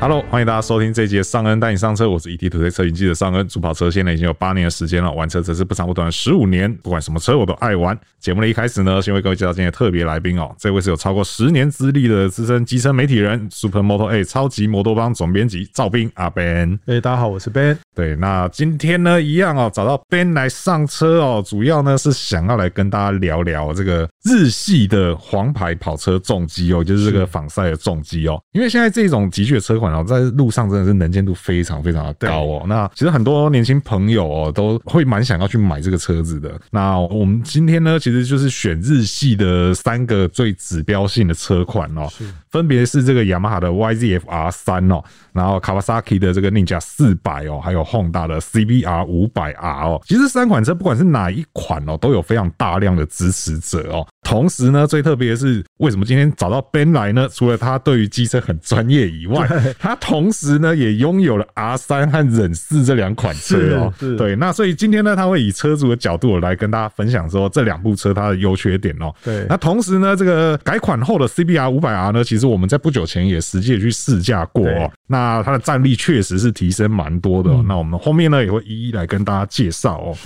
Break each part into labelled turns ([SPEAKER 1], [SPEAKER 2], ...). [SPEAKER 1] Hello，欢迎大家收听这一集的尚恩带你上车，我是 ET 土 o 车云记者尚恩。主跑车现在已经有八年的时间了，玩车则是不长不短的十五年，不管什么车我都爱玩。节目的一开始呢，先为各位介绍今天的特别来宾哦，这位是有超过十年资历的资深机车媒体人，Super Moto A 超级摩托帮总编辑赵斌阿 Ben。
[SPEAKER 2] 哎、大家好，我是 Ben。
[SPEAKER 1] 对，那今天呢，一样哦，找到 Ben 来上车哦，主要呢是想要来跟大家聊聊这个日系的黄牌跑车重机哦，就是这个仿赛的重机哦，因为现在这种极具的车款哦，在路上真的是能见度非常非常的高哦。那其实很多年轻朋友哦，都会蛮想要去买这个车子的。那我们今天呢，其实就是选日系的三个最指标性的车款哦，分别是这个雅马哈的 YZF-R 三哦，然后 Kawasaki 的这个 Ninja 四百哦，还有 Honda 的 CBR 五百 R 哦。其实三款车不管是哪一款哦，都有非常大量的支持者哦。同时呢，最特别的是，为什么今天找到 Ben 来呢？除了他对于机车很专业以 外，他同时呢也拥有了 R 三和忍四这两款车哦。
[SPEAKER 2] 是是
[SPEAKER 1] 对，那所以今天呢，他会以车主的角度来跟大家分享说这两部车它的优缺点哦。
[SPEAKER 2] 对
[SPEAKER 1] 那同时呢，这个改款后的 CBR 五百 R 呢，其实我们在不久前也实际地去试驾过哦
[SPEAKER 2] 对。嗯
[SPEAKER 1] 那它的战力确实是提升蛮多的哦、那我们后面呢也会一一来跟大家介绍哦。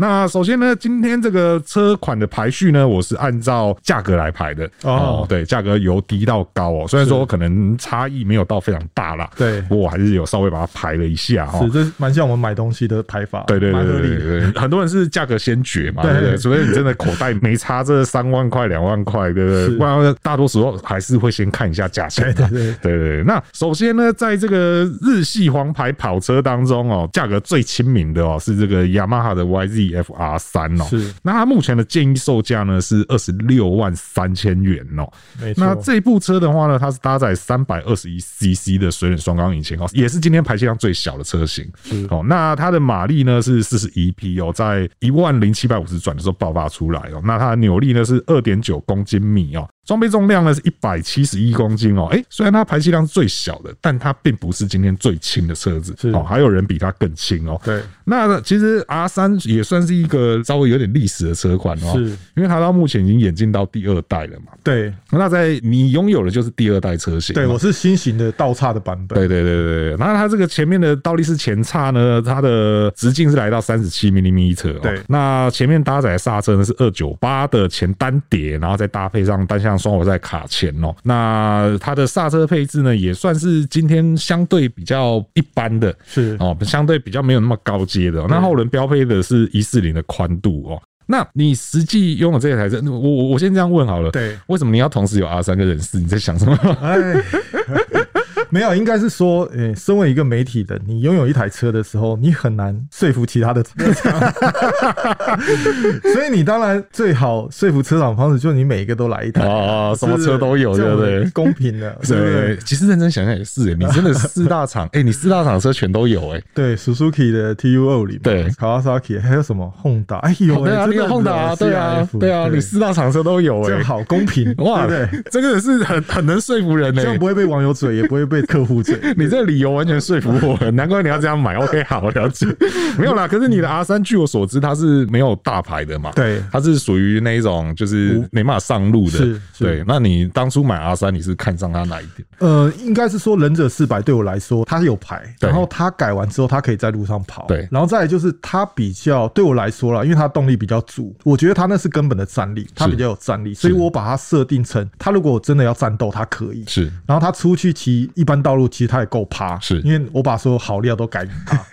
[SPEAKER 1] 那首先呢，今天这个车款的排序呢，我是按照价格来排的
[SPEAKER 2] 哦
[SPEAKER 1] 对，价格由低到高哦，虽然说可能差异没有到非常大啦，
[SPEAKER 2] 对
[SPEAKER 1] 不过我还是有稍微把它排了一下哦哈、
[SPEAKER 2] 是，这蛮像我们买东西的排法，
[SPEAKER 1] 对对对
[SPEAKER 2] 蛮合
[SPEAKER 1] 对
[SPEAKER 2] 理
[SPEAKER 1] 对
[SPEAKER 2] 的。
[SPEAKER 1] 对对，很多人是价格先决嘛，
[SPEAKER 2] 对
[SPEAKER 1] 对不对？
[SPEAKER 2] 对
[SPEAKER 1] 除非你真的口袋没差这三万块、两万块，对不对？
[SPEAKER 2] 是
[SPEAKER 1] 不然大多时候还是会先看一下价钱的。
[SPEAKER 2] 对对对
[SPEAKER 1] 对对对那首先呢，在这个日系黄牌跑车当中哦，价格最亲民的哦是这个雅马哈的 YZF-R 三哦，
[SPEAKER 2] 是
[SPEAKER 1] 那它目前的建议售价呢是二十六万三千元哦。
[SPEAKER 2] 没错。
[SPEAKER 1] 那这部车的话呢，它是搭载三百二十一 CC 的水冷双缸引擎哦，也是今天排气量最小的车型
[SPEAKER 2] 是
[SPEAKER 1] 哦。那它的马力呢是四十一匹哦，在一万零七百五十转的时候爆发出来哦。那它的扭力呢是二点九公斤米哦。装备重量呢是一百七十一公斤哦，诶、虽然它排气量最小的，但它并不是今天最轻的车子
[SPEAKER 2] 是
[SPEAKER 1] 哦，还有人比它更轻哦。
[SPEAKER 2] 对
[SPEAKER 1] 那其实 R 三也算是一个稍微有点历史的车款哦，
[SPEAKER 2] 是
[SPEAKER 1] 因为它到目前已经演进到第二代了嘛。
[SPEAKER 2] 对
[SPEAKER 1] 那在你拥有的就是第二代车型嘛，
[SPEAKER 2] 对，我是新型的倒叉的版
[SPEAKER 1] 嗯
[SPEAKER 2] 本，
[SPEAKER 1] 对对对对对。那它这个前面的倒立式前叉呢，它的直径是来到三十七 m m 哦。
[SPEAKER 2] 对
[SPEAKER 1] 那前面搭载的刹车呢是二九八的前单碟，然后再搭配上单向双活塞卡钳哦。那它的刹车配置呢，也算是今天相对比较一般的，
[SPEAKER 2] 是
[SPEAKER 1] 哦，相对比较没有那么高阶的哦、那后轮标配的是一四零的宽度哦。那你实际拥有这台车，我我我先这样问好了，
[SPEAKER 2] 对
[SPEAKER 1] 为什么你要同时有 R 三跟人四？你在想什么？
[SPEAKER 2] 哎， 没有，应该是说，呃，身为一个媒体人，你拥有一台车的时候，你很难说服其他的车厂， 所以你当然最好说服车厂的方式就是你每一个都来一台，
[SPEAKER 1] 哦，什么
[SPEAKER 2] 是
[SPEAKER 1] 车都有，
[SPEAKER 2] 这
[SPEAKER 1] 对
[SPEAKER 2] 样
[SPEAKER 1] 不对
[SPEAKER 2] 很？公平 的，对不
[SPEAKER 1] 对，
[SPEAKER 2] 对？
[SPEAKER 1] 其实认真想想也是，欸你真的四大厂，哎，你四大厂车全都有，哎，
[SPEAKER 2] 对，Suzuki 的 TU 二零，
[SPEAKER 1] 对
[SPEAKER 2] ，Kawasaki 还有什么 Honda，哎呦，
[SPEAKER 1] 对啊，
[SPEAKER 2] 真
[SPEAKER 1] 你
[SPEAKER 2] 的
[SPEAKER 1] 有 Honda 啊，对啊
[SPEAKER 2] CRF，，
[SPEAKER 1] 对啊，你四大厂车都有，
[SPEAKER 2] 这
[SPEAKER 1] 哎
[SPEAKER 2] 样，好公平，
[SPEAKER 1] 哇
[SPEAKER 2] 哇，对不对，，
[SPEAKER 1] 这个是很很能说服人呢欸
[SPEAKER 2] 这。样不会被网友嘴，也不会被客户嘴，
[SPEAKER 1] 你这个理由完全说服我了，难 怪你要这样买。OK，好，我了解。没有啦，可是你的 R 三，据我所知，它是没有大牌的嘛？
[SPEAKER 2] 对
[SPEAKER 1] 它是属于那一种就是没办法上路的。
[SPEAKER 2] 是是
[SPEAKER 1] 对。那你当初买 R 三，你是看上它哪一点？
[SPEAKER 2] 呃，应该是说忍者四百对我来说，它有牌，
[SPEAKER 1] 对
[SPEAKER 2] 然后它改完之后，它可以在路上跑。
[SPEAKER 1] 对
[SPEAKER 2] 然后再来就是它比较对我来说啦，因为它动力比较足，我觉得它那是根本的战力，它
[SPEAKER 1] 是
[SPEAKER 2] 比较有战力，所以我把它设定成，它如果真的要战斗，它可以。
[SPEAKER 1] 是
[SPEAKER 2] 然后它出去骑一般道路，其实它也够趴，
[SPEAKER 1] 是
[SPEAKER 2] 因为我把所有好料都改给 它。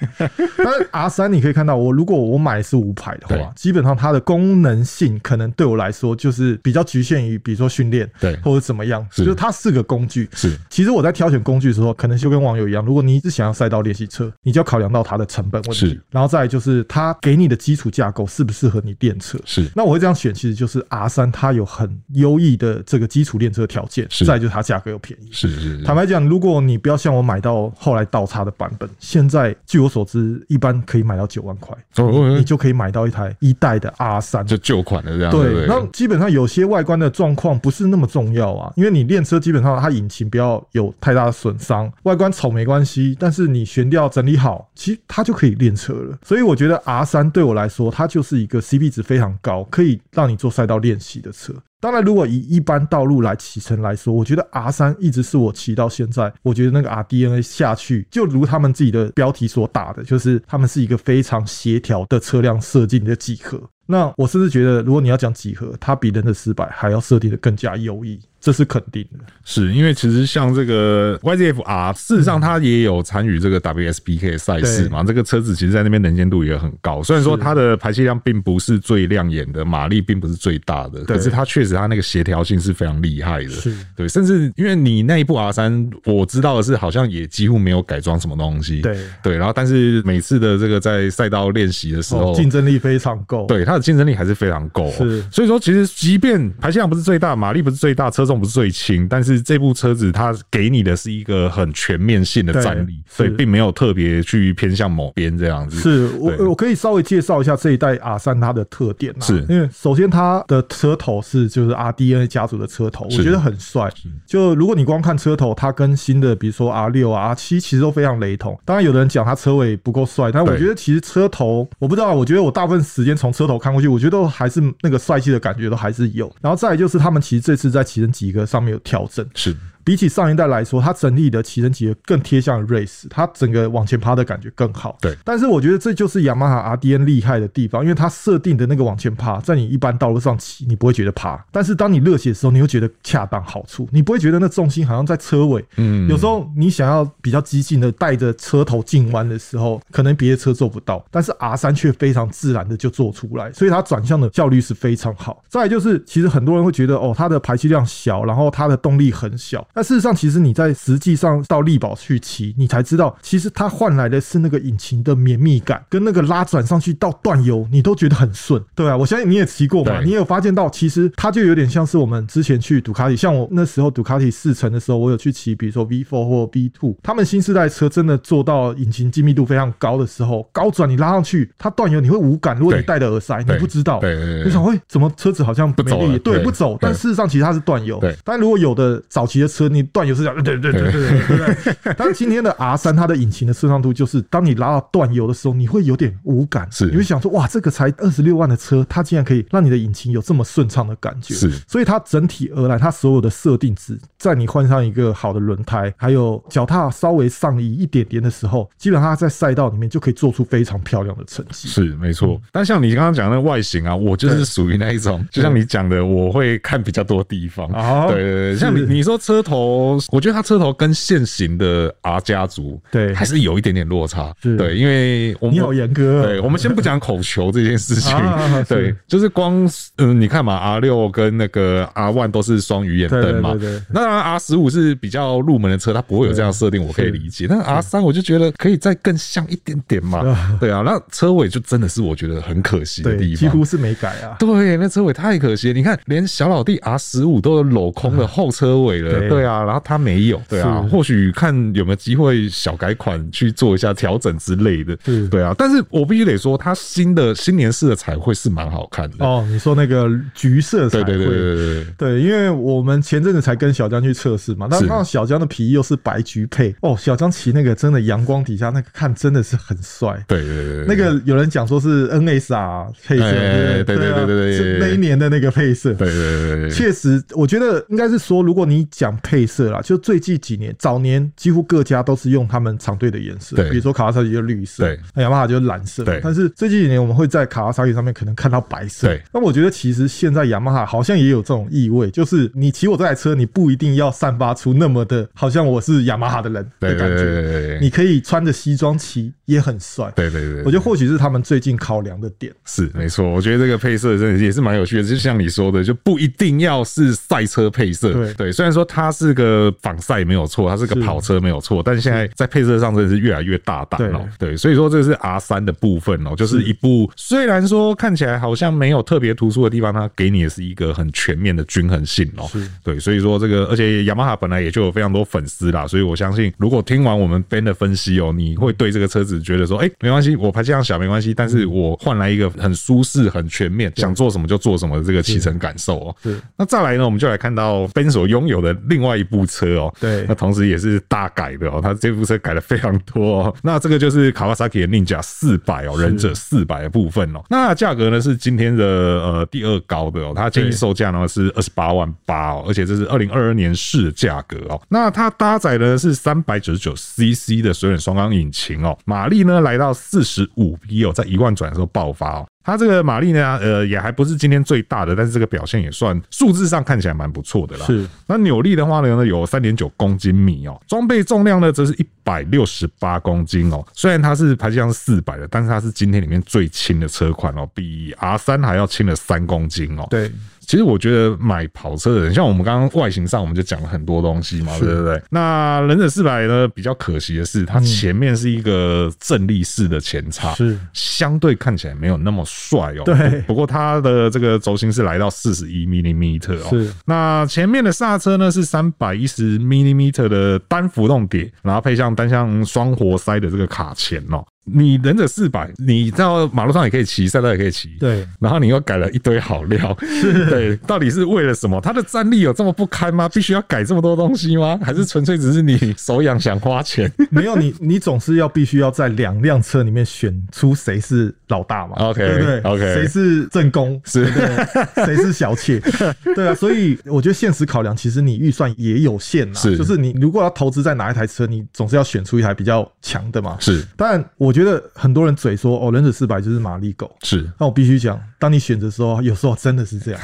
[SPEAKER 2] 但是 R 三你可以看到，我如果我买的是五排的
[SPEAKER 1] 对
[SPEAKER 2] 话，基本上它的功能性可能对我来说就是比较局限于，比如说训练，
[SPEAKER 1] 对
[SPEAKER 2] 或者怎么样，
[SPEAKER 1] 是
[SPEAKER 2] 就是它是个工具，
[SPEAKER 1] 是
[SPEAKER 2] 其实我在挑选工具的时候，可能就跟网友一样，如果你只想要赛道练习车，你就要考量到它的成本问题
[SPEAKER 1] 是，
[SPEAKER 2] 然后再来就是它给你的基础架构适不适合你练车。
[SPEAKER 1] 是
[SPEAKER 2] 那我会这样选，其实就是 R 三它有很优异的这个基础练车条件，
[SPEAKER 1] 是
[SPEAKER 2] 再来就是它价格又便宜。
[SPEAKER 1] 是是，
[SPEAKER 2] 坦白讲，如果你不要像我买到后来倒插的版本，现在据我所知，一般可以买到九万块，
[SPEAKER 1] 哦哦
[SPEAKER 2] 你就可以买到一台一代的 R 三。
[SPEAKER 1] 就旧款的这样，对不对，
[SPEAKER 2] 对，那基本上有些外观的状况不是那么重要啊，因为你练车基本上它引擎不要有太大的损伤，外观丑没关系，但是你悬吊整理好，其实它就可以练车了。所以我觉得 R 三对我来说，它就是一个 CP 值非常高，可以让你做赛道练习的车。当然，如果以一般道路来骑乘来说，我觉得 R 三一直是我骑到现在，我觉得那个 RDNA 下去，就如他们自己的标题所打的，就是他们是一个非常协调的车辆设计的几何。那我甚至觉得，如果你要讲几何，它比人的四百还要设定的更加优异，这是肯定的。
[SPEAKER 1] 是因为其实像这个 YZF-R，事实上它也有参与这个 WSBK 赛事嘛，这个车子其实在那边能见度也很高。虽然说它的排气量并不是最亮眼的，马力并不是最大的，
[SPEAKER 2] 对
[SPEAKER 1] 可是它确实它那个协调性是非常厉害的。
[SPEAKER 2] 是
[SPEAKER 1] 对，甚至因为你那一部 R 三，我知道的是好像也几乎没有改装什么东西。
[SPEAKER 2] 对
[SPEAKER 1] 对，然后但是每次的这个在赛道练习的时候，
[SPEAKER 2] 哦竞争力非常够。
[SPEAKER 1] 对它的竞争力还是非常够、哦。
[SPEAKER 2] 是
[SPEAKER 1] 所以说其实即便排气量不是最大，马力不是最大，车重不是最轻，但是这部车子它给你的是一个很全面性的战力，
[SPEAKER 2] 对
[SPEAKER 1] 所以
[SPEAKER 2] 是
[SPEAKER 1] 并没有特别去偏向某边这样子。
[SPEAKER 2] 是
[SPEAKER 1] 对
[SPEAKER 2] 我我可以稍微介绍一下这一代 R 三它的特点啊，
[SPEAKER 1] 是
[SPEAKER 2] 因为首先它的车头是就是 R D N 家族的车头，
[SPEAKER 1] 是
[SPEAKER 2] 我觉得很帅。就如果你光看车头，它跟新的比如说 R 六啊、R 七其实都非常雷同。当然有的人讲它车尾不够帅，但我
[SPEAKER 1] 对
[SPEAKER 2] 觉得其实车头我不知道，我觉得我大部分时间从车头看过去，我觉得还是那个帅气的感觉都还是有。然后再来就是他们其实这次在骑乘几个上面有调整，
[SPEAKER 1] 是
[SPEAKER 2] 比起上一代来说，它整体的骑乘级更贴向 race，它整个往前趴的感觉更好。
[SPEAKER 1] 对
[SPEAKER 2] 但是我觉得这就是雅马哈 RDN 厉害的地方，因为它设定的那个往前趴，在你一般道路上骑，你不会觉得趴，但是当你热血的时候，你会觉得恰当好处，你不会觉得那重心好像在车尾。
[SPEAKER 1] 嗯
[SPEAKER 2] 有时候你想要比较激进的带着车头进弯的时候，可能别的车做不到，但是 R 三却非常自然的就做出来，所以它转向的效率是非常好。再来就是，其实很多人会觉得哦，它的排气量小，然后它的动力很小，但事实上，其实你在实际上到力宝去骑，你才知道，其实它换来的是那个引擎的绵密感跟那个拉转上去到断油，你都觉得很顺，对啊，我相信你也骑过嘛，
[SPEAKER 1] 对
[SPEAKER 2] 你也有发现到，其实它就有点像是我们之前去杜卡迪，像我那时候杜卡迪试乘的时候，我有去骑，比如说 V4 或 V2，他们新世代车真的做到引擎精密度非常高的时候，高转你拉上去，它断油你会无感，如果你
[SPEAKER 1] 对
[SPEAKER 2] 戴的耳塞，你
[SPEAKER 1] 对
[SPEAKER 2] 不知道，
[SPEAKER 1] 对对对
[SPEAKER 2] 你想，哎，怎么车子好像
[SPEAKER 1] 不走
[SPEAKER 2] 没力
[SPEAKER 1] 了
[SPEAKER 2] 对，
[SPEAKER 1] 对
[SPEAKER 2] 不走
[SPEAKER 1] 对，
[SPEAKER 2] 但事实上其实它是断油，
[SPEAKER 1] 对
[SPEAKER 2] 但如果有的早期的车，你断油是这样，对对对对对对对对。但今天的 R 三，它的引擎的顺畅度就是，当你拉到断油的时候，你会有点无感，
[SPEAKER 1] 是
[SPEAKER 2] 你会想说，哇，这个才二十六万的车，它竟然可以让你的引擎有这么顺畅的感觉，
[SPEAKER 1] 是
[SPEAKER 2] 所以它整体而来，它所有的设定值，在你换上一个好的轮胎，还有脚踏稍微上移一点点的时候，基本上它在赛道里面就可以做出非常漂亮的成绩。
[SPEAKER 1] 是没
[SPEAKER 2] 嗯
[SPEAKER 1] 错，但像你刚刚讲的那外形啊，我就是属于那一种，就像你讲的，我会看比较多地方。
[SPEAKER 2] 哦
[SPEAKER 1] 对对对，
[SPEAKER 2] 是
[SPEAKER 1] 像你你说车头，我觉得它车头跟现行的 R 家族
[SPEAKER 2] 对
[SPEAKER 1] 还是有一点点落差。
[SPEAKER 2] 是
[SPEAKER 1] 对，因为我们
[SPEAKER 2] 你好严格哦
[SPEAKER 1] 对，我们先不讲口球这件事情
[SPEAKER 2] 啊。是
[SPEAKER 1] 对，就是光嗯，你看嘛，R 六跟那个 R one 都是双鱼眼灯嘛
[SPEAKER 2] 对对对对。
[SPEAKER 1] 那当然 R 十五是比较入门的车，它不会有这样的设定，我可以
[SPEAKER 2] 是
[SPEAKER 1] 理解。但 R 三我就觉得可以再更像一点点嘛。对啊，那车尾就真的是我觉得很可惜的
[SPEAKER 2] 对，
[SPEAKER 1] 地
[SPEAKER 2] 几
[SPEAKER 1] 方。
[SPEAKER 2] 乎是没改啊。
[SPEAKER 1] 对，那车尾太可惜了。你看，连小老弟 R 十五都有镂空的后车尾了，
[SPEAKER 2] 对
[SPEAKER 1] 对啊，然后他没有，对啊，
[SPEAKER 2] 是
[SPEAKER 1] 或许看有没有机会小改款去做一下调整之类的
[SPEAKER 2] 是，
[SPEAKER 1] 对啊。但是我必须得说，它新的新年式的彩绘是蛮好看的，
[SPEAKER 2] 哦，你说那个橘色彩
[SPEAKER 1] 对
[SPEAKER 2] 绘，
[SPEAKER 1] 对对对对对。
[SPEAKER 2] 对因为我们前阵子才跟小江去测试嘛，那
[SPEAKER 1] 是
[SPEAKER 2] 那小江的皮衣又是白橘配，哦，小江骑那个真的阳光底下那个看真的是很帅。
[SPEAKER 1] 对对对对，
[SPEAKER 2] 那个有人讲说是 NSR 配色，
[SPEAKER 1] 哎
[SPEAKER 2] 对不
[SPEAKER 1] 对对
[SPEAKER 2] 啊
[SPEAKER 1] 对对对对
[SPEAKER 2] 是那一年的那个配色，
[SPEAKER 1] 对对对对对，
[SPEAKER 2] 确实，我觉得应该是说，如果你讲配色啦，就最近几年，早年几乎各家都是用他们常队的颜色，
[SPEAKER 1] 对
[SPEAKER 2] 比如说卡瓦萨奇就绿色
[SPEAKER 1] 对，
[SPEAKER 2] 那雅马哈就是蓝色，
[SPEAKER 1] 对
[SPEAKER 2] 但是最近几年我们会在卡瓦萨奇上面可能看到白色，
[SPEAKER 1] 对。
[SPEAKER 2] 那我觉得其实现在雅马哈好像也有这种意味，就是你骑我这台车，你不一定要散发出那么的好像我是雅马哈的人的
[SPEAKER 1] 对对
[SPEAKER 2] 感
[SPEAKER 1] 对
[SPEAKER 2] 觉，
[SPEAKER 1] 对
[SPEAKER 2] 你可以穿着西装骑也很帅。
[SPEAKER 1] 对对对，
[SPEAKER 2] 我觉得或许是他们最近考量的点。
[SPEAKER 1] 是没错，我觉得这个配色真的是也是蛮有趣的，就像你说的，就不一定要是赛车配色。
[SPEAKER 2] 对
[SPEAKER 1] 虽然说它是个仿赛没有错，它是个
[SPEAKER 2] 是
[SPEAKER 1] 跑车没有错，但现在在配色上真的是越来越大胆哦、对，所以说这是 R 三的部分哦、就是一部虽然说看起来好像没有特别突出的地方，它给你也是一个很全面的均衡性哦、
[SPEAKER 2] 是
[SPEAKER 1] 对，所以说这个，而且雅马哈本来也就有非常多粉丝啦，所以我相信，如果听完我们 Ben 的分析哦，你会对这个车子觉得说，哎、没关系，我排气量小没关系，但是我换来一个很舒适、很全面，想做什么就做什么的这个骑乘感受哦。
[SPEAKER 2] 是
[SPEAKER 1] 那再来呢，我们就来看到 Ben 所拥有的另外一部车哦。
[SPEAKER 2] 对
[SPEAKER 1] 那同时也是大改的哦，它这部车改的非常多哦。那这个就是卡瓦萨 a 的 Ninja 四百哦，忍者四百的部分哦。那价格呢是今天的呃第二高的哦，它建议
[SPEAKER 2] 对
[SPEAKER 1] 售价呢是二十八万八哦，而且这是二零二二年试的价格哦。那它搭载的是三百九十九 CC 的水冷双缸引擎哦，马力呢来到四十五匹哦，在一万转的时候爆发哦。它这个马力呢，呃，也还不是今天最大的，但是这个表现也算数字上看起来蛮不错的啦。
[SPEAKER 2] 是，
[SPEAKER 1] 那扭力的话呢，有三点九公斤米哦，装备重量呢则是一百六十八公斤哦。虽然它是排气量是四百的，但是它是今天里面最轻的车款哦，比 R 三还要轻了三公斤哦。
[SPEAKER 2] 对，
[SPEAKER 1] 其实我觉得买跑车的人，像我们刚刚外形上我们就讲了很多东西嘛，
[SPEAKER 2] 是
[SPEAKER 1] 对不对？那忍者四百呢，比较可惜的是，它前面是一个正立式的前叉，
[SPEAKER 2] 是
[SPEAKER 1] 相对看起来没有那么帅哦。
[SPEAKER 2] 对
[SPEAKER 1] 不过它的这个轴心是来到四十一 m m 哦。
[SPEAKER 2] 是
[SPEAKER 1] 那前面的刹车呢是三百一十 m m 的单浮动碟，然后配上单向双活塞的这个卡钳哦。你忍者四百，你到马路上也可以骑，赛道也可以骑，
[SPEAKER 2] 对，
[SPEAKER 1] 然后你又改了一堆好料，对，到底是为了什么？它的战力有这么不堪吗？必须要改这么多东西吗？还是纯粹只是你手痒想花钱？
[SPEAKER 2] 没有你，你总是要必须要在两辆车里面选出谁是老大嘛
[SPEAKER 1] OK，
[SPEAKER 2] 对不对
[SPEAKER 1] OK
[SPEAKER 2] 谁是正宫，
[SPEAKER 1] 是
[SPEAKER 2] 对谁是小妾，对啊，所以我觉得现实考量，其实你预算也有限呐，
[SPEAKER 1] 是
[SPEAKER 2] 就是你如果要投资在哪一台车，你总是要选出一台比较强的嘛。
[SPEAKER 1] 是
[SPEAKER 2] 但我觉得很多人嘴说哦，忍者四百就是马力狗，
[SPEAKER 1] 是，
[SPEAKER 2] 那我必须讲，当你选择的时候，有时候真的是这样，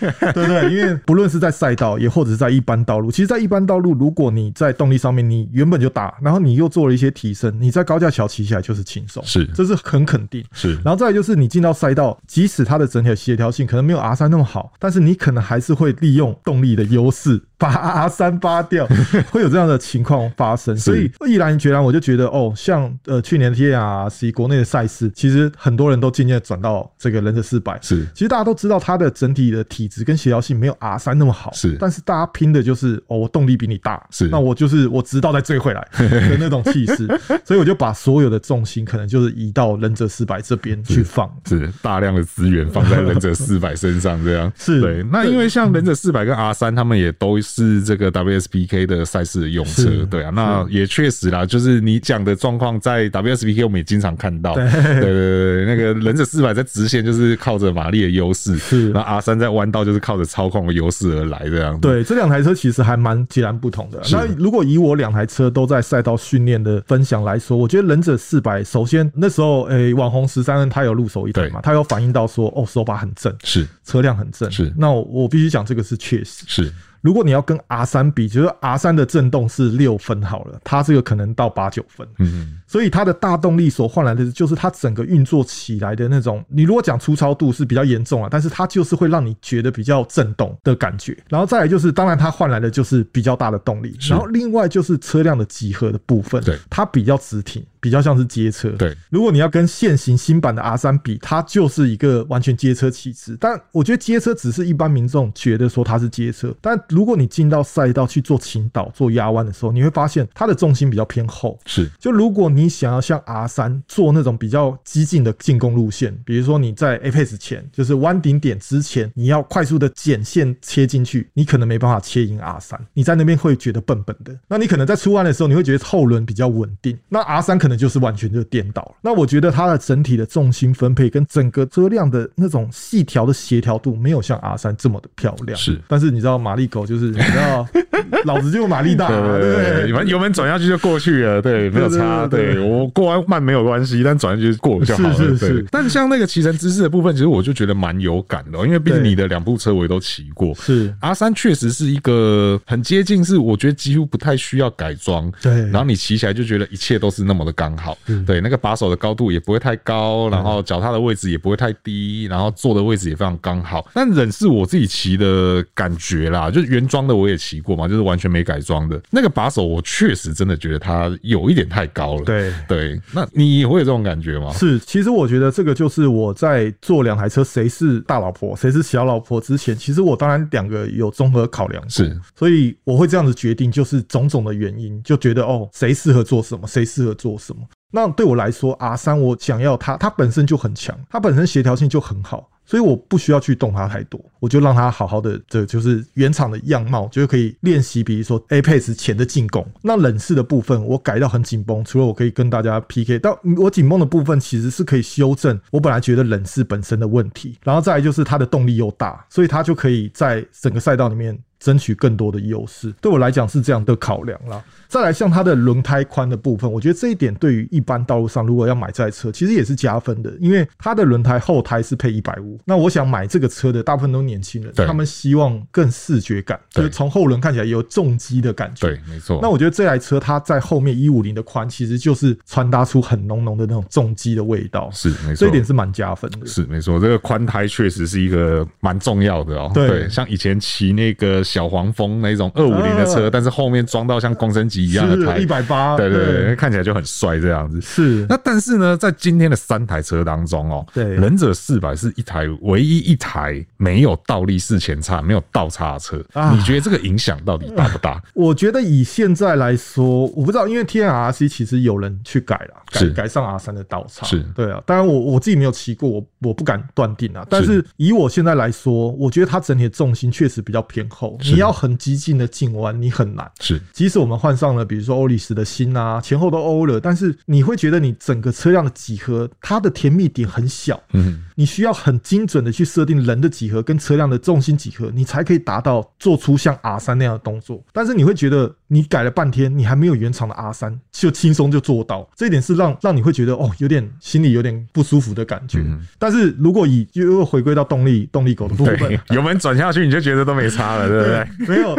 [SPEAKER 2] 对不对？因为不论是在赛道，也或者是在一般道路，其实，在一般道路，如果你在动力上面你原本就大，然后你又做了一些提升，你在高架桥骑起来就是轻松，
[SPEAKER 1] 是
[SPEAKER 2] 这是很肯定。
[SPEAKER 1] 是
[SPEAKER 2] 然后再来就是你进到赛道，即使它的整体的协调性可能没有 R 三那么好，但是你可能还是会利用动力的优势把 R 三扒掉，会有这样的情况发生。所以毅然决然，我就觉得哦，像呃去年 T R C 国内的赛事，其实很多人都渐渐地转到这个忍者四百。
[SPEAKER 1] 是
[SPEAKER 2] 其实大家都知道它的整体的体质跟协调性没有 R 三那么好，
[SPEAKER 1] 是
[SPEAKER 2] 但是大家拼的就是哦，我动力比你大，
[SPEAKER 1] 是
[SPEAKER 2] 那我就是我直到再追回 来的那种气势，所以我就把所有的重心可能就是移到忍者四百这边去放，
[SPEAKER 1] 是大量的资源放在忍者四百身上，这样
[SPEAKER 2] 是
[SPEAKER 1] 对。那因为像忍者四百跟 R 三，他们也都是这个 WSPK 的赛事的用车
[SPEAKER 2] 是，
[SPEAKER 1] 对啊。那也确实啦，就是你讲的状况，在 WSPK 我们也经常看到，
[SPEAKER 2] 对
[SPEAKER 1] 对对对，那个忍者四百在直线就是靠着马力的优势，
[SPEAKER 2] 是
[SPEAKER 1] 那 R 三在弯道就是靠着操控的优势而来，这样子。
[SPEAKER 2] 对，这两台车其实还蛮截然不同的。那如果以我两台车都在赛道训练的分享来说，我觉得忍者四百，首先那时候诶、网红十三 N 他有入手一台
[SPEAKER 1] 对
[SPEAKER 2] 嘛，他有反映到说哦手把很正，
[SPEAKER 1] 是
[SPEAKER 2] 车辆很正。
[SPEAKER 1] 是
[SPEAKER 2] 那我我必须讲这个是确实。
[SPEAKER 1] 是
[SPEAKER 2] 如果你要跟 R 三比，就是 R 三的震动是六分好了，它这个可能到八九分，
[SPEAKER 1] 嗯，
[SPEAKER 2] 所以它的大动力所换来的就是它整个运作起来的那种，你如果讲粗糙度是比较严重啊，但是它就是会让你觉得比较震动的感觉。然后再来就是，当然它换来的就是比较大的动力，
[SPEAKER 1] 是
[SPEAKER 2] 然后另外就是车辆的集合的部分，
[SPEAKER 1] 对
[SPEAKER 2] 它比较直挺，比较像是街车，
[SPEAKER 1] 对。
[SPEAKER 2] 如果你要跟现行新版的 R 三比，它就是一个完全街车气质。但我觉得街车只是一般民众觉得说它是街车，但如果你进到赛道去做倾倒、做压弯的时候，你会发现它的重心比较偏后。
[SPEAKER 1] 是
[SPEAKER 2] 就如果你想要像 R 三做那种比较激进的进攻路线，比如说你在 apex 前，就是弯顶点之前，你要快速的剪线切进去，你可能没办法切赢 R 三，你在那边会觉得笨笨的。那你可能在出弯的时候，你会觉得后轮比较稳定，那 R 三可能就是完全就颠倒了。那我觉得它的整体的重心分配跟整个车辆的那种细条的协调度，没有像 R 三这么的漂亮。
[SPEAKER 1] 是
[SPEAKER 2] 但是你知道马力狗就是你知道， 老子就马力 大、
[SPEAKER 1] 对
[SPEAKER 2] 啊，对不
[SPEAKER 1] 对对，
[SPEAKER 2] 对
[SPEAKER 1] 油？门油门转下去就过去了，对，没有差。
[SPEAKER 2] 对
[SPEAKER 1] 对
[SPEAKER 2] 对对
[SPEAKER 1] 我过弯慢没有关系，但转下去就过就好了。
[SPEAKER 2] 是是
[SPEAKER 1] 对
[SPEAKER 2] 是
[SPEAKER 1] 但像那个骑乘姿势的部分，其实我就觉得蛮有感的哦，因为毕竟
[SPEAKER 2] 对
[SPEAKER 1] 你的两部车我也都骑过。
[SPEAKER 2] 是
[SPEAKER 1] R 三确实是一个很接近，是我觉得几乎不太需要改装。
[SPEAKER 2] 对
[SPEAKER 1] 然后你骑起来就觉得一切都是那么的刚好。
[SPEAKER 2] 嗯
[SPEAKER 1] 对，那个把手的高度也不会太高，然后脚踏的位置也不会太低，然后坐的位置也非常刚好。但忍是我自己骑的感觉啦，就是原装的我也骑过嘛，就是完全没改装的那个把手，我确实真的觉得它有一点太高了。
[SPEAKER 2] 对。
[SPEAKER 1] 对，那你也会有这种感觉吗？
[SPEAKER 2] 是，其实我觉得这个就是我在做两台车，谁是大老婆，谁是小老婆之前，其实我当然两个有综合考量，
[SPEAKER 1] 是
[SPEAKER 2] 所以我会这样子决定，就是种种的原因，就觉得哦，谁适合做什么，谁适合做什么。那对我来说，R 三我想要它，它本身就很强，它本身协调性就很好。所以我不需要去动它太多，我就让它好好的，这就是原厂的样貌，就是可以练习，比如说 Apex 前的进攻。那冷式的部分我改到很紧绷，除了我可以跟大家 PK，但我紧绷的部分其实是可以修正我本来觉得冷式本身的问题，然后再来就是它的动力又大，所以它就可以在整个赛道里面。争取更多的优势，对我来讲是这样的考量啦。再来像它的轮胎宽的部分，我觉得这一点对于一般道路上如果要买这台车，其实也是加分的，因为它的轮胎后胎是配一百五。那我想买这个车的大部分都年轻人，
[SPEAKER 1] 对
[SPEAKER 2] 他们希望更视觉感，就
[SPEAKER 1] 对
[SPEAKER 2] 是从后轮看起来有重击的感觉。
[SPEAKER 1] 对，没错。
[SPEAKER 2] 那我觉得这台车它在后面一五零的宽，其实就是传达出很浓浓的那种重击的味道，
[SPEAKER 1] 是没错，
[SPEAKER 2] 这一点是蛮加分的。
[SPEAKER 1] 是没错，这个宽胎确实是一个蛮重要的哦、
[SPEAKER 2] 对
[SPEAKER 1] 像以前骑那个小黄蜂那种二五零的车，
[SPEAKER 2] 啊
[SPEAKER 1] 但是后面装到像光升级一样的胎，
[SPEAKER 2] 一百八，
[SPEAKER 1] 对对对，看起来就很帅这样子。
[SPEAKER 2] 是
[SPEAKER 1] 那但是呢，在今天的三台车当中哦，
[SPEAKER 2] 对
[SPEAKER 1] 忍者四百是一台唯一一台没有倒立式前叉、没有倒叉的车，
[SPEAKER 2] 啊
[SPEAKER 1] 你觉得这个影响到底大不 大？
[SPEAKER 2] 我觉得以现在来说，我不知道，因为 T N R C 其实有人去改了，改
[SPEAKER 1] 是
[SPEAKER 2] 改上 R 三的倒叉，
[SPEAKER 1] 是
[SPEAKER 2] 对啊。当然我我自己没有骑过，我我不敢断定啊。但是以我现在来说，我觉得它整体的重心确实比较偏后，
[SPEAKER 1] 是
[SPEAKER 2] 你要很激进的进弯，你很难。
[SPEAKER 1] 是
[SPEAKER 2] 即使我们换上了，比如说欧力士的新啊，前后都欧了，但是你会觉得你整个车辆的几何，它的甜蜜点很小，
[SPEAKER 1] 嗯，
[SPEAKER 2] 你需要很精准的去设定人的几何跟车辆的重心几何，你才可以达到做出像 R 三那样的动作。但是你会觉得你改了半天，你还没有原厂的 R 三 就轻松就做到，这一点是让让你会觉得哦，有点心里有点不舒服的感觉。
[SPEAKER 1] 嗯
[SPEAKER 2] 但是如果以又又回归到动力动力狗的部分
[SPEAKER 1] 对，，油门转下去你就觉得都没差了，对不对？
[SPEAKER 2] 没有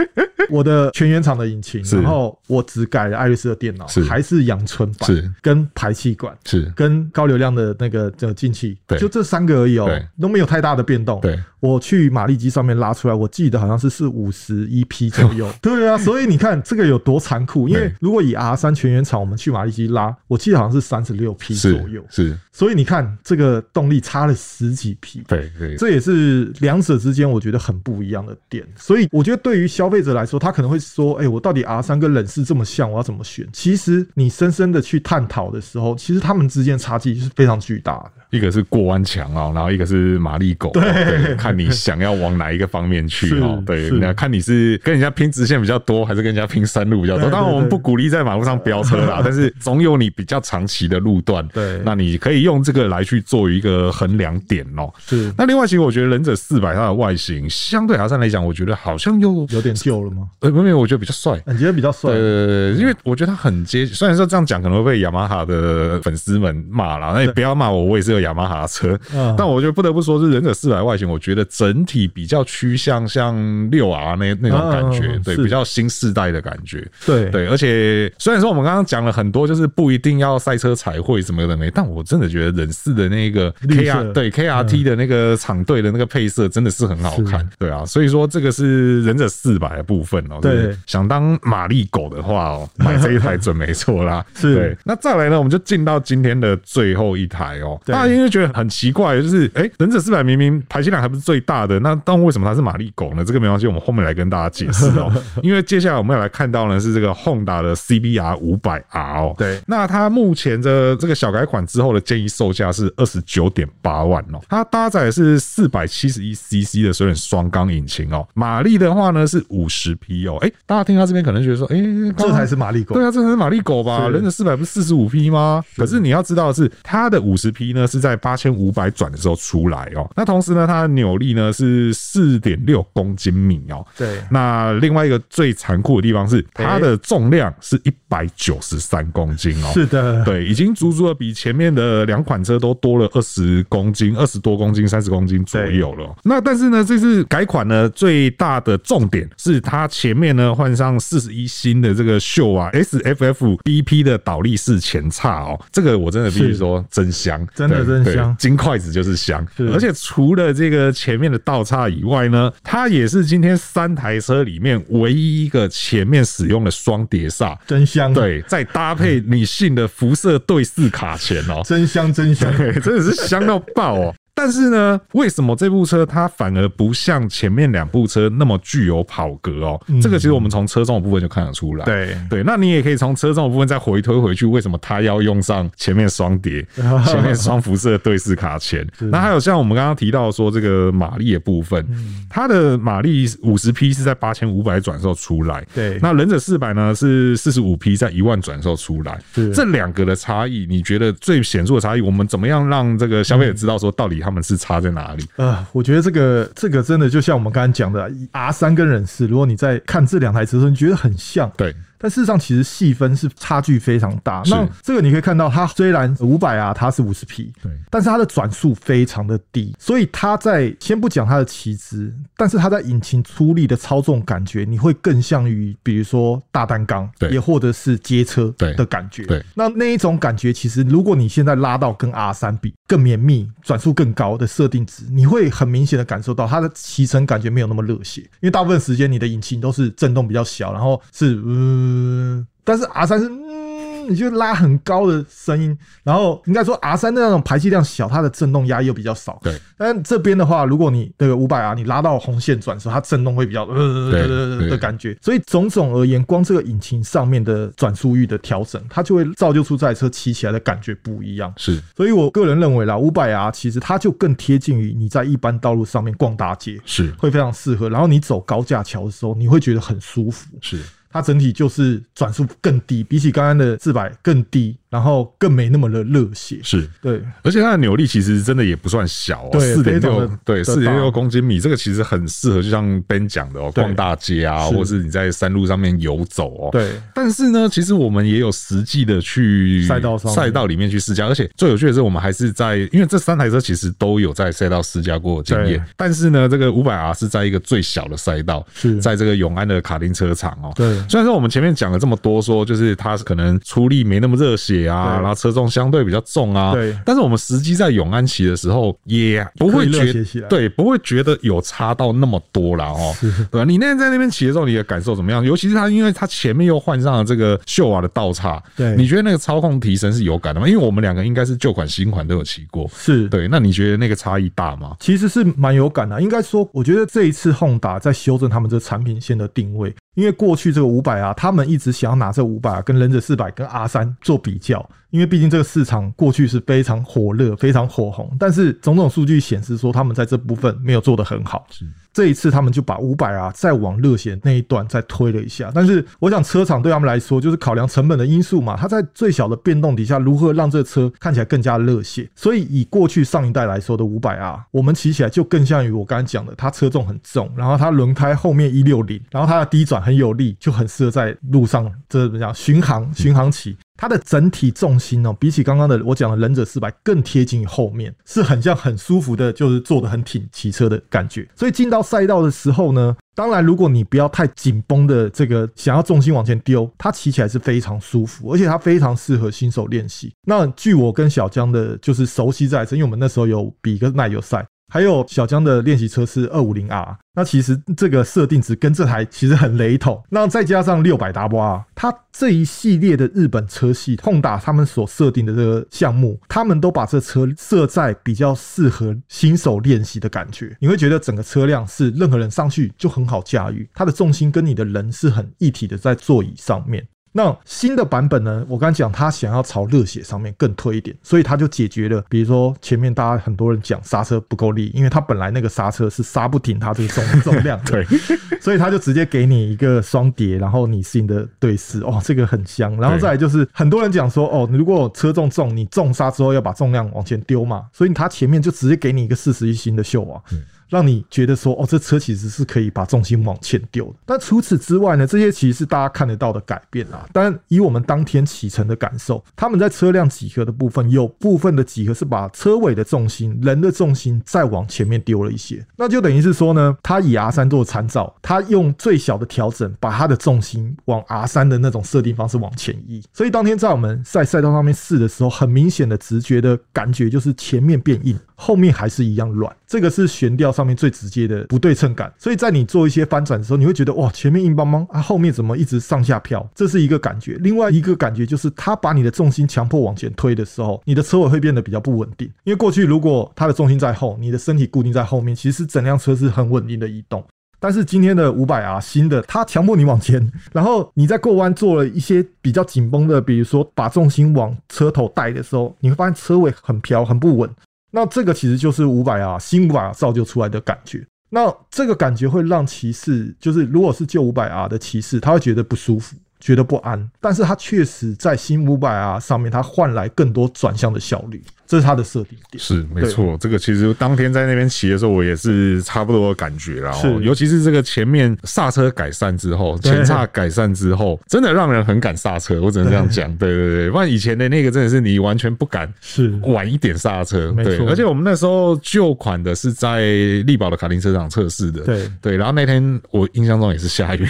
[SPEAKER 2] 我的全原厂的引擎，
[SPEAKER 1] 是
[SPEAKER 2] 然后我只改了艾瑞斯的电脑
[SPEAKER 1] 是，
[SPEAKER 2] 还是阳春版，
[SPEAKER 1] 是
[SPEAKER 2] 跟排气管。
[SPEAKER 1] 是，
[SPEAKER 2] 跟高流量的那个这个进气
[SPEAKER 1] 对，
[SPEAKER 2] 就这三个而已哦
[SPEAKER 1] 对，
[SPEAKER 2] 都没有太大的变动。
[SPEAKER 1] 对，
[SPEAKER 2] 我去马力机上面拉出来，我记得好像是是五十一匹左右。 对啊，所以你看这个有多残酷，因为
[SPEAKER 1] 对
[SPEAKER 2] 如果以 R 三全原厂，我们去马力机拉，我记得好像是三十六匹左右
[SPEAKER 1] 是。是，
[SPEAKER 2] 所以你看这个动力差了十几匹。
[SPEAKER 1] 对对
[SPEAKER 2] 这也是两者之间我觉得很不一样的点，所以我觉得对于消费者来说，他可能会说：“哎、我到底 R 三跟冷式这么像，我要怎么选？”其实你深深的去探讨的时候，其实他们之间差距是非常巨大的。
[SPEAKER 1] 一个是过弯墙哦，然后一个是马力狗哦，对，看你想要往哪一个方面去哦，
[SPEAKER 2] 是
[SPEAKER 1] 对，
[SPEAKER 2] 是
[SPEAKER 1] 那看你是跟人家拼直线比较多，还是跟人家拼山路比较多。
[SPEAKER 2] 对对
[SPEAKER 1] 当然，我们
[SPEAKER 2] 对
[SPEAKER 1] 不鼓励在马路上飙车 啦，但是总有你比较长期的路段，
[SPEAKER 2] 对
[SPEAKER 1] 那你可以用这个来去做一个衡量点哦。
[SPEAKER 2] 是
[SPEAKER 1] 那另外，其实我觉得忍者四百它的外形相对阿三来讲，我觉得好像又
[SPEAKER 2] 有点旧了吗？
[SPEAKER 1] 呃，没有，我觉得比较帅。
[SPEAKER 2] 你觉得比较帅
[SPEAKER 1] 对？对对对，因为我觉得他很接，虽然说这样讲可能会被雅马哈的粉丝们骂啦，那也不要骂我，我也是有雅马哈的车。
[SPEAKER 2] 嗯
[SPEAKER 1] 但我觉得不得不说，是忍者四百外形，我觉得整体比较趋向像六 R 那那种感觉，
[SPEAKER 2] 嗯嗯嗯
[SPEAKER 1] 对，
[SPEAKER 2] 是
[SPEAKER 1] 比较新世代的感觉。
[SPEAKER 2] 对
[SPEAKER 1] 对，而且虽然说我们刚刚讲了很多，就是不一定要赛车彩绘什么的没，但我真的觉得忍四的那个
[SPEAKER 2] 绿
[SPEAKER 1] K R
[SPEAKER 2] 色嗯
[SPEAKER 1] 对 K R T 的那个场队的那个配色真的是很好看
[SPEAKER 2] 是，
[SPEAKER 1] 对啊，所以说这个是忍者四百的部分哦、
[SPEAKER 2] 对
[SPEAKER 1] 就是想当马力狗的话哦、买这一台准没错啦。
[SPEAKER 2] 是
[SPEAKER 1] 对，那再来呢，我们就进到今天的最后一台哦、
[SPEAKER 2] 对
[SPEAKER 1] 大家因为觉得很奇怪，就是哎、忍者四百明明排气量还不是最大的，那但为什么它是马力狗呢？这个没关系，我们后面来跟大家解释 哦、因为接下来我们要来看到呢是这个 Honda 的 CBR 五百 R 哦，
[SPEAKER 2] 对
[SPEAKER 1] 那它目前的这个小改款之后的建议售价是二十九点八万哦，它搭载的是四百七十一 CC 的水冷双缸引擎哦，马力的话呢是五十匹哦，哎、大家听到这边可能觉得说，哎、
[SPEAKER 2] 这才
[SPEAKER 1] 是。
[SPEAKER 2] 是马力狗
[SPEAKER 1] 对。啊，这才是马力狗吧？
[SPEAKER 2] 是
[SPEAKER 1] 忍者四百不是四十五匹吗？可是你要知道的是，它的五十匹呢是在八千五百转的时候出来哦。那同时呢，它的扭力呢是四点六公斤米哦。
[SPEAKER 2] 对
[SPEAKER 1] 那另外一个最残酷的地方是，它的重量是一百九十三公斤哦。
[SPEAKER 2] 是的，
[SPEAKER 1] 对，已经足足的比前面的两款车都多了二十公斤、二十多公斤、三十公斤左右了哦。那但是呢，这次改款呢，最大的重点是它前面呢换上四十一新的这个秀啊 SFF BP 的倒立式前叉哦，这个我真的必须
[SPEAKER 2] 是
[SPEAKER 1] 说真香，
[SPEAKER 2] 真的
[SPEAKER 1] 对
[SPEAKER 2] 真
[SPEAKER 1] 对
[SPEAKER 2] 香
[SPEAKER 1] 金筷子就是香。
[SPEAKER 2] 是
[SPEAKER 1] 而且除了这个前面的倒叉以外呢，它也是今天三台车里面唯一一个前面使用了双碟刹，
[SPEAKER 2] 真 香，，
[SPEAKER 1] 对，再搭配女性的辐射对视卡钳哦
[SPEAKER 2] ，真香真香。
[SPEAKER 1] 对，真的是香到爆哦。但是呢，为什么这部车它反而不像前面两部车那么具有跑格哦？
[SPEAKER 2] 嗯
[SPEAKER 1] 这个其实我们从车重的部分就看得出来。
[SPEAKER 2] 对
[SPEAKER 1] 对，那你也可以从车重的部分再回推回去，为什么它要用上前面双 碟、前面双辐射对视卡钳？那还有像我们刚刚提到说这个马力的部分，它的马力五十匹是在八千五百转的时候出来，
[SPEAKER 2] 对
[SPEAKER 1] 那忍者四百呢是四十五匹在一万转的时候出来
[SPEAKER 2] 是，
[SPEAKER 1] 这两个的差异，你觉得最显著的差异，我们怎么样让这个消费者知道说到底他们是差在哪里？
[SPEAKER 2] 呃，我觉得这个这个真的就像我们刚才讲的，R 三跟忍四，如果你在看这两台车的时候，你觉得很像，
[SPEAKER 1] 对，
[SPEAKER 2] 但事实上，其实细分是差距非常大。
[SPEAKER 1] 是
[SPEAKER 2] 那这个你可以看到，它虽然五百啊，它是五十匹，
[SPEAKER 1] 对
[SPEAKER 2] 但是它的转速非常的低，所以它在先不讲它的骑姿，但是它在引擎出力的操纵感觉，你会更像于比如说大单缸，
[SPEAKER 1] 对
[SPEAKER 2] 也或者是街车
[SPEAKER 1] 对
[SPEAKER 2] 的感觉，
[SPEAKER 1] 对
[SPEAKER 2] 那那一种感觉，其实如果你现在拉到跟 R 三比更绵密、转速更高的设定值，你会很明显的感受到它的骑乘感觉没有那么热血，因为大部分时间你的引擎都是震动比较小，然后是嗯，但是 R 三是嗯，你就拉很高的声音，然后应该说 R 三那种排气量小，它的震动压抑又比较少。
[SPEAKER 1] 对，
[SPEAKER 2] 但这边的话，如果你那个五百 R 你拉到红线转的时候，它震动会比较呃
[SPEAKER 1] 对对
[SPEAKER 2] 的感觉。所以种种而言，光这个引擎上面的转速域的调整，它就会造就出这台车骑起来的感觉不一样。
[SPEAKER 1] 是
[SPEAKER 2] 所以我个人认为啦，五百 R 其实它就更贴近于你在一般道路上面逛大街，
[SPEAKER 1] 是
[SPEAKER 2] 会非常适合。然后你走高架桥的时候，你会觉得很舒服。
[SPEAKER 1] 是，
[SPEAKER 2] 它整体就是转速更低，比起刚刚的四百更低，然后更没那么的热血。
[SPEAKER 1] 是。
[SPEAKER 2] 对，
[SPEAKER 1] 而且它的扭力其实真的也不算小、哦，
[SPEAKER 2] 对
[SPEAKER 1] 四点
[SPEAKER 2] 非常
[SPEAKER 1] 六
[SPEAKER 2] 的
[SPEAKER 1] 对
[SPEAKER 2] 的大
[SPEAKER 1] 四点六公斤米，这个其实很适合，就像 Ben 讲的哦，
[SPEAKER 2] 对
[SPEAKER 1] 逛大街啊，
[SPEAKER 2] 是
[SPEAKER 1] 或是你在山路上面游走哦。
[SPEAKER 2] 对，
[SPEAKER 1] 但是呢，其实我们也有实际的去
[SPEAKER 2] 赛道上面
[SPEAKER 1] 赛道里面去试驾，而且最有趣的是，我们还是在因为这三台车其实都有在赛道试驾过的经验
[SPEAKER 2] 对，
[SPEAKER 1] 但是呢，这个五百 R 是在一个最小的赛道，
[SPEAKER 2] 是
[SPEAKER 1] 在这个永安的卡丁车场哦。
[SPEAKER 2] 对
[SPEAKER 1] 虽然说我们前面讲了这么多，说就是它可能出力没那么热血啊，
[SPEAKER 2] 对
[SPEAKER 1] 然后车重相对比较重啊，
[SPEAKER 2] 对
[SPEAKER 1] 但是我们实际在永安骑的时候，也不会
[SPEAKER 2] 可以热
[SPEAKER 1] 觉
[SPEAKER 2] 血起来
[SPEAKER 1] 对，不会觉得有差到那么多啦 哦。对吧，你那天在那边骑的时候，你的感受怎么样？尤其是它，因为它前面又换上了这个秀瓦的倒叉，
[SPEAKER 2] 对
[SPEAKER 1] 你觉得那个操控提升是有感的吗？因为我们两个应该是旧款新款都有骑过，
[SPEAKER 2] 是。
[SPEAKER 1] 对，那你觉得那个差异大吗？
[SPEAKER 2] 其实是蛮有感的。应该说，我觉得这一次 Honda 在修正他们这产品线的定位，因为过去这个五百啊，他们一直想要拿这五百啊跟忍者四百跟 R 三做比较，因为毕竟这个市场过去是非常火热、非常火红。但是种种数据显示说，他们在这部分没有做得很好。这一次他们就把五百啊再往热血那一段再推了一下，但是我想车厂对他们来说就是考量成本的因素嘛，它在最小的变动底下，如何让这车看起来更加热血？所以以过去上一代来说的五百啊，我们骑起来就更像于我刚才讲的，它车重很重，然后它轮胎后面一六零，然后它的低转很有力，就很适合在路上这怎么讲巡航巡航骑。它的整体重心哦，比起刚刚的我讲的忍者四百更贴近于后面，是很像很舒服的，就是坐得很挺骑车的感觉。所以进到赛道的时候呢，当然如果你不要太紧绷的这个想要重心往前丢，它骑起来是非常舒服，而且它非常适合新手练习。那据我跟小江的，就是熟悉在，因为我们那时候有比一个耐油赛。还有小江的练习车是二五零 R，那其实这个设定值跟这台其实很雷同。那再加上六百 W R，它这一系列的日本车系 Honda 他们所设定的这个项目，他们都把这车设在比较适合新手练习的感觉。你会觉得整个车辆是任何人上去就很好驾驭，它的重心跟你的人是很一体的在座椅上面。那新的版本呢？我刚讲，它想要朝热血上面更推一点，所以它就解决了，比如说前面大家很多人讲刹车不够力，因为它本来那个刹车是刹不停它这个重重量的，
[SPEAKER 1] 对，
[SPEAKER 2] 所以它就直接给你一个双碟，然后你是你的对视，哦，这个很香。然后
[SPEAKER 1] 对
[SPEAKER 2] 再来就是很多人讲说，哦，如果车重重，你重刹之后要把重量往前丢嘛，所以它前面就直接给你一个四十一星的秀啊，让你觉得说，哦，这车其实是可以把重心往前丢的。但除此之外呢，这些其实是大家看得到的改变啦。当然，以我们当天启程的感受，他们在车辆几何的部分，有部分的几何是把车尾的重心、人的重心再往前面丢了一些，那就等于是说呢，他以 R 三做参照，他用最小的调整，把他的重心往 R 三的那种设定方式往前移。所以当天在我们在赛道上面试的时候，很明显的直觉的感觉就是前面变硬，后面还是一样软。这个是悬吊上面最直接的不对称感。所以在你做一些翻转的时候，你会觉得哇，前面硬邦邦啊，后面怎么一直上下飘？这是一个感觉。另外一个感觉就是，它把你的重心强迫往前推的时候，你的车尾会变得比较不稳定。因为过去如果它的重心在后，你的身体固定在后面，其实整辆车是很稳定的移动。但是今天的五百 R 新的，它强迫你往前， 然后你在过弯做了一些比较紧绷的，比如说把重心往车头带的时候，你会发现车尾很飘，很不稳。那这个其实就是五百 R 新五百 R 造就出来的感觉。那这个感觉会让骑士，就是如果是旧五百 R 的骑士，他会觉得不舒服，觉得不安。但是他确实在新五百 R 上面，他换来更多转向的效率，这是他的设定点。
[SPEAKER 1] 是没错，这个其实当天在那边骑的时候，我也是差不多的感觉啦、哦。
[SPEAKER 2] 是
[SPEAKER 1] 尤其是这个前面刹车改善之后，
[SPEAKER 2] 对
[SPEAKER 1] 前叉改善之后，真的让人很敢刹车。我只能这样讲，对对对，不然以前的那个真的是你完全不敢
[SPEAKER 2] 是
[SPEAKER 1] 晚一点刹车。
[SPEAKER 2] 没
[SPEAKER 1] 对，
[SPEAKER 2] 错
[SPEAKER 1] 而且我们那时候旧款的是在力宝的卡丁车场测试的，
[SPEAKER 2] 对
[SPEAKER 1] 对。然后那天我印象中也是 下雨，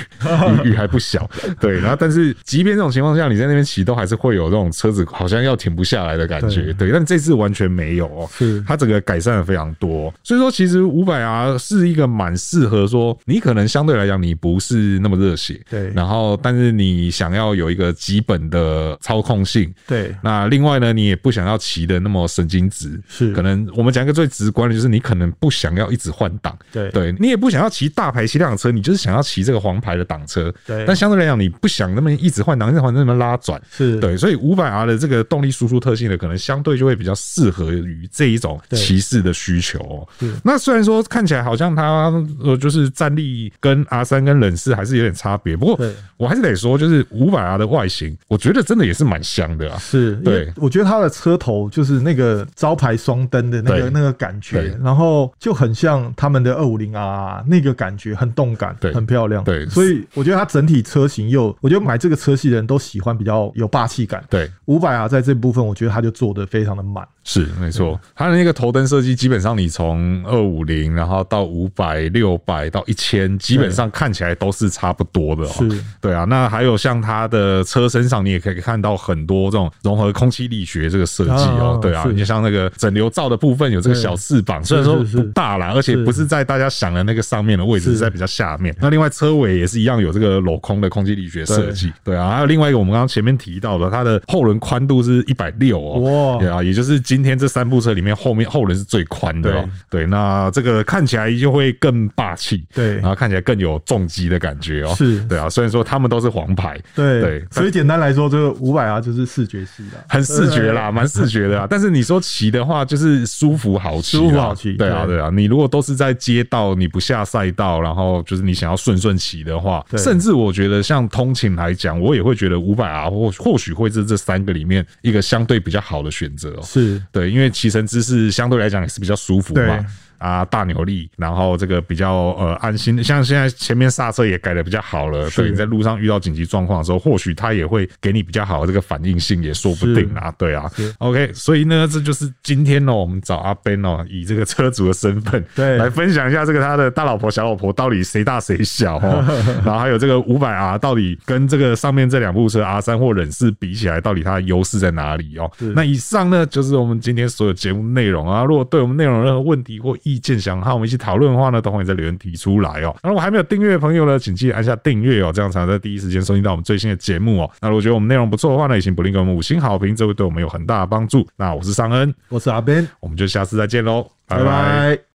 [SPEAKER 1] 雨雨还不小，对。然后但是即便这种情况下，你在那边骑都还是会有这种车子好像要停不下来的感觉，对。但这次完全没有哦，
[SPEAKER 2] 是
[SPEAKER 1] 它整个改善了非常多。所以说，其实五百 R 是一个蛮适合说你可能相对来讲你不是那么热血，
[SPEAKER 2] 对
[SPEAKER 1] 然后但是你想要有一个基本的操控性，
[SPEAKER 2] 对，
[SPEAKER 1] 那另外呢，你也不想要骑的那么神经质，
[SPEAKER 2] 是
[SPEAKER 1] 可能我们讲一个最直观的，就是你可能不想要一直换挡，
[SPEAKER 2] 对
[SPEAKER 1] 对你也不想要骑大排气量的车，你就是想要骑这个黄牌的挡车，
[SPEAKER 2] 对
[SPEAKER 1] 但相对来讲，你不想那么一直换挡，一直换那么拉转，
[SPEAKER 2] 是
[SPEAKER 1] 对，所以五百 R 的这个动力输出特性呢，可能相对就会比较适合于这一种
[SPEAKER 2] 对
[SPEAKER 1] 骑士的需求、哦
[SPEAKER 2] 是。
[SPEAKER 1] 那虽然说看起来好像它呃就是战力跟 R 三跟冷式还是有点差别，不过
[SPEAKER 2] 对
[SPEAKER 1] 我还是得说，就是五百 R 的外形，我觉得真的也是蛮香的啊。
[SPEAKER 2] 是，因为
[SPEAKER 1] 对
[SPEAKER 2] 我觉得它的车头就是那个招牌双灯的那
[SPEAKER 1] 对
[SPEAKER 2] 个那个感觉
[SPEAKER 1] 对，
[SPEAKER 2] 然后就很像他们的二五零 R 那个感觉，很动感，
[SPEAKER 1] 对
[SPEAKER 2] 很漂亮，
[SPEAKER 1] 对
[SPEAKER 2] 所以我觉得它整体车型又，我觉得买这个车系的人都喜欢比较有霸气感。
[SPEAKER 1] 对，
[SPEAKER 2] 五百 R 在这部分，我觉得它就做的非常的满，
[SPEAKER 1] 是没错，
[SPEAKER 2] 嗯
[SPEAKER 1] 它的那个头灯设计，基本上你从二五零，然后到五百、六百到一千，基本上看起来都是差不多的、哦。
[SPEAKER 2] 是，
[SPEAKER 1] 对啊。那还有像它的车身上，你也可以看到很多这种融合空气力学这个设计哦
[SPEAKER 2] 啊。
[SPEAKER 1] 对啊，
[SPEAKER 2] 是
[SPEAKER 1] 你像那个整流罩的部分有这个
[SPEAKER 2] 对
[SPEAKER 1] 小翅膀，虽然
[SPEAKER 2] 是
[SPEAKER 1] 说
[SPEAKER 2] 是
[SPEAKER 1] 不大啦，而且
[SPEAKER 2] 是
[SPEAKER 1] 不是在大家想的那个上面的位置，
[SPEAKER 2] 是
[SPEAKER 1] 是在比较下面。那另外车尾也是一样有这个镂空的空气力学设计。对啊，还有另外一个我们刚刚前面提到的，它的后轮宽度是一百六哦。
[SPEAKER 2] 哇
[SPEAKER 1] 对啊，也就是今天这三部车里面，后面后轮是最宽的、哦。对，那这个看起来就会更霸气，
[SPEAKER 2] 对
[SPEAKER 1] 然后看起来更有重击的感觉哦。
[SPEAKER 2] 是
[SPEAKER 1] 对啊，虽然说他们都是黄牌，
[SPEAKER 2] 对，
[SPEAKER 1] 对
[SPEAKER 2] 所以简单来说，这个五百 R 就是视觉系的，
[SPEAKER 1] 很视觉啦，蛮视觉 的啦。啊但是你说骑的话，就是舒服好骑啦，
[SPEAKER 2] 舒服好骑
[SPEAKER 1] 对啊，
[SPEAKER 2] 对
[SPEAKER 1] 对啊。你如果都是在街道，你不下赛道，然后就是你想要顺顺骑的话，
[SPEAKER 2] 对
[SPEAKER 1] 甚至我觉得像通勤来讲，我也会觉得五百 R 或或许会是这三个里面一个相对比较好的选择哦。
[SPEAKER 2] 是，
[SPEAKER 1] 对，因为骑乘姿势相对来讲也是比较舒服嘛
[SPEAKER 2] 对。
[SPEAKER 1] 啊，大扭力，然后这个比较呃安心，像现在前面刹车也改的比较好了，
[SPEAKER 2] 是
[SPEAKER 1] 对，你在路上遇到紧急状况的时候，或许它也会给你比较好的这个反应性，也说不定啊，对啊
[SPEAKER 2] 是
[SPEAKER 1] ，OK，所以呢，这就是今天呢、我们找阿 Ben 哦，以这个车主的身份，
[SPEAKER 2] 对
[SPEAKER 1] 来分享一下这个他的大老婆、小老婆到底谁大谁小 哦，然后还有这个五百 R 到底跟这个上面这两部车 R 三或忍四比起来，到底它的优势在哪里哦？
[SPEAKER 2] 是
[SPEAKER 1] 那以上呢就是我们今天所有节目内容啊。如果对我们内容有任何问题或意见想和我们一起讨论的话呢，都欢迎在留言提出来哦。那如果还没有订阅的朋友呢，请记得按下订阅哦，这样才能在第一时间收听到我们最新的节目哦。那如果觉得我们内容不错的话呢，也请不吝给我们五星好评，这会对我们有很大的帮助。那我是尚恩，
[SPEAKER 2] 我是阿 Ben，
[SPEAKER 1] 我们就下次再见喽，拜拜
[SPEAKER 2] 拜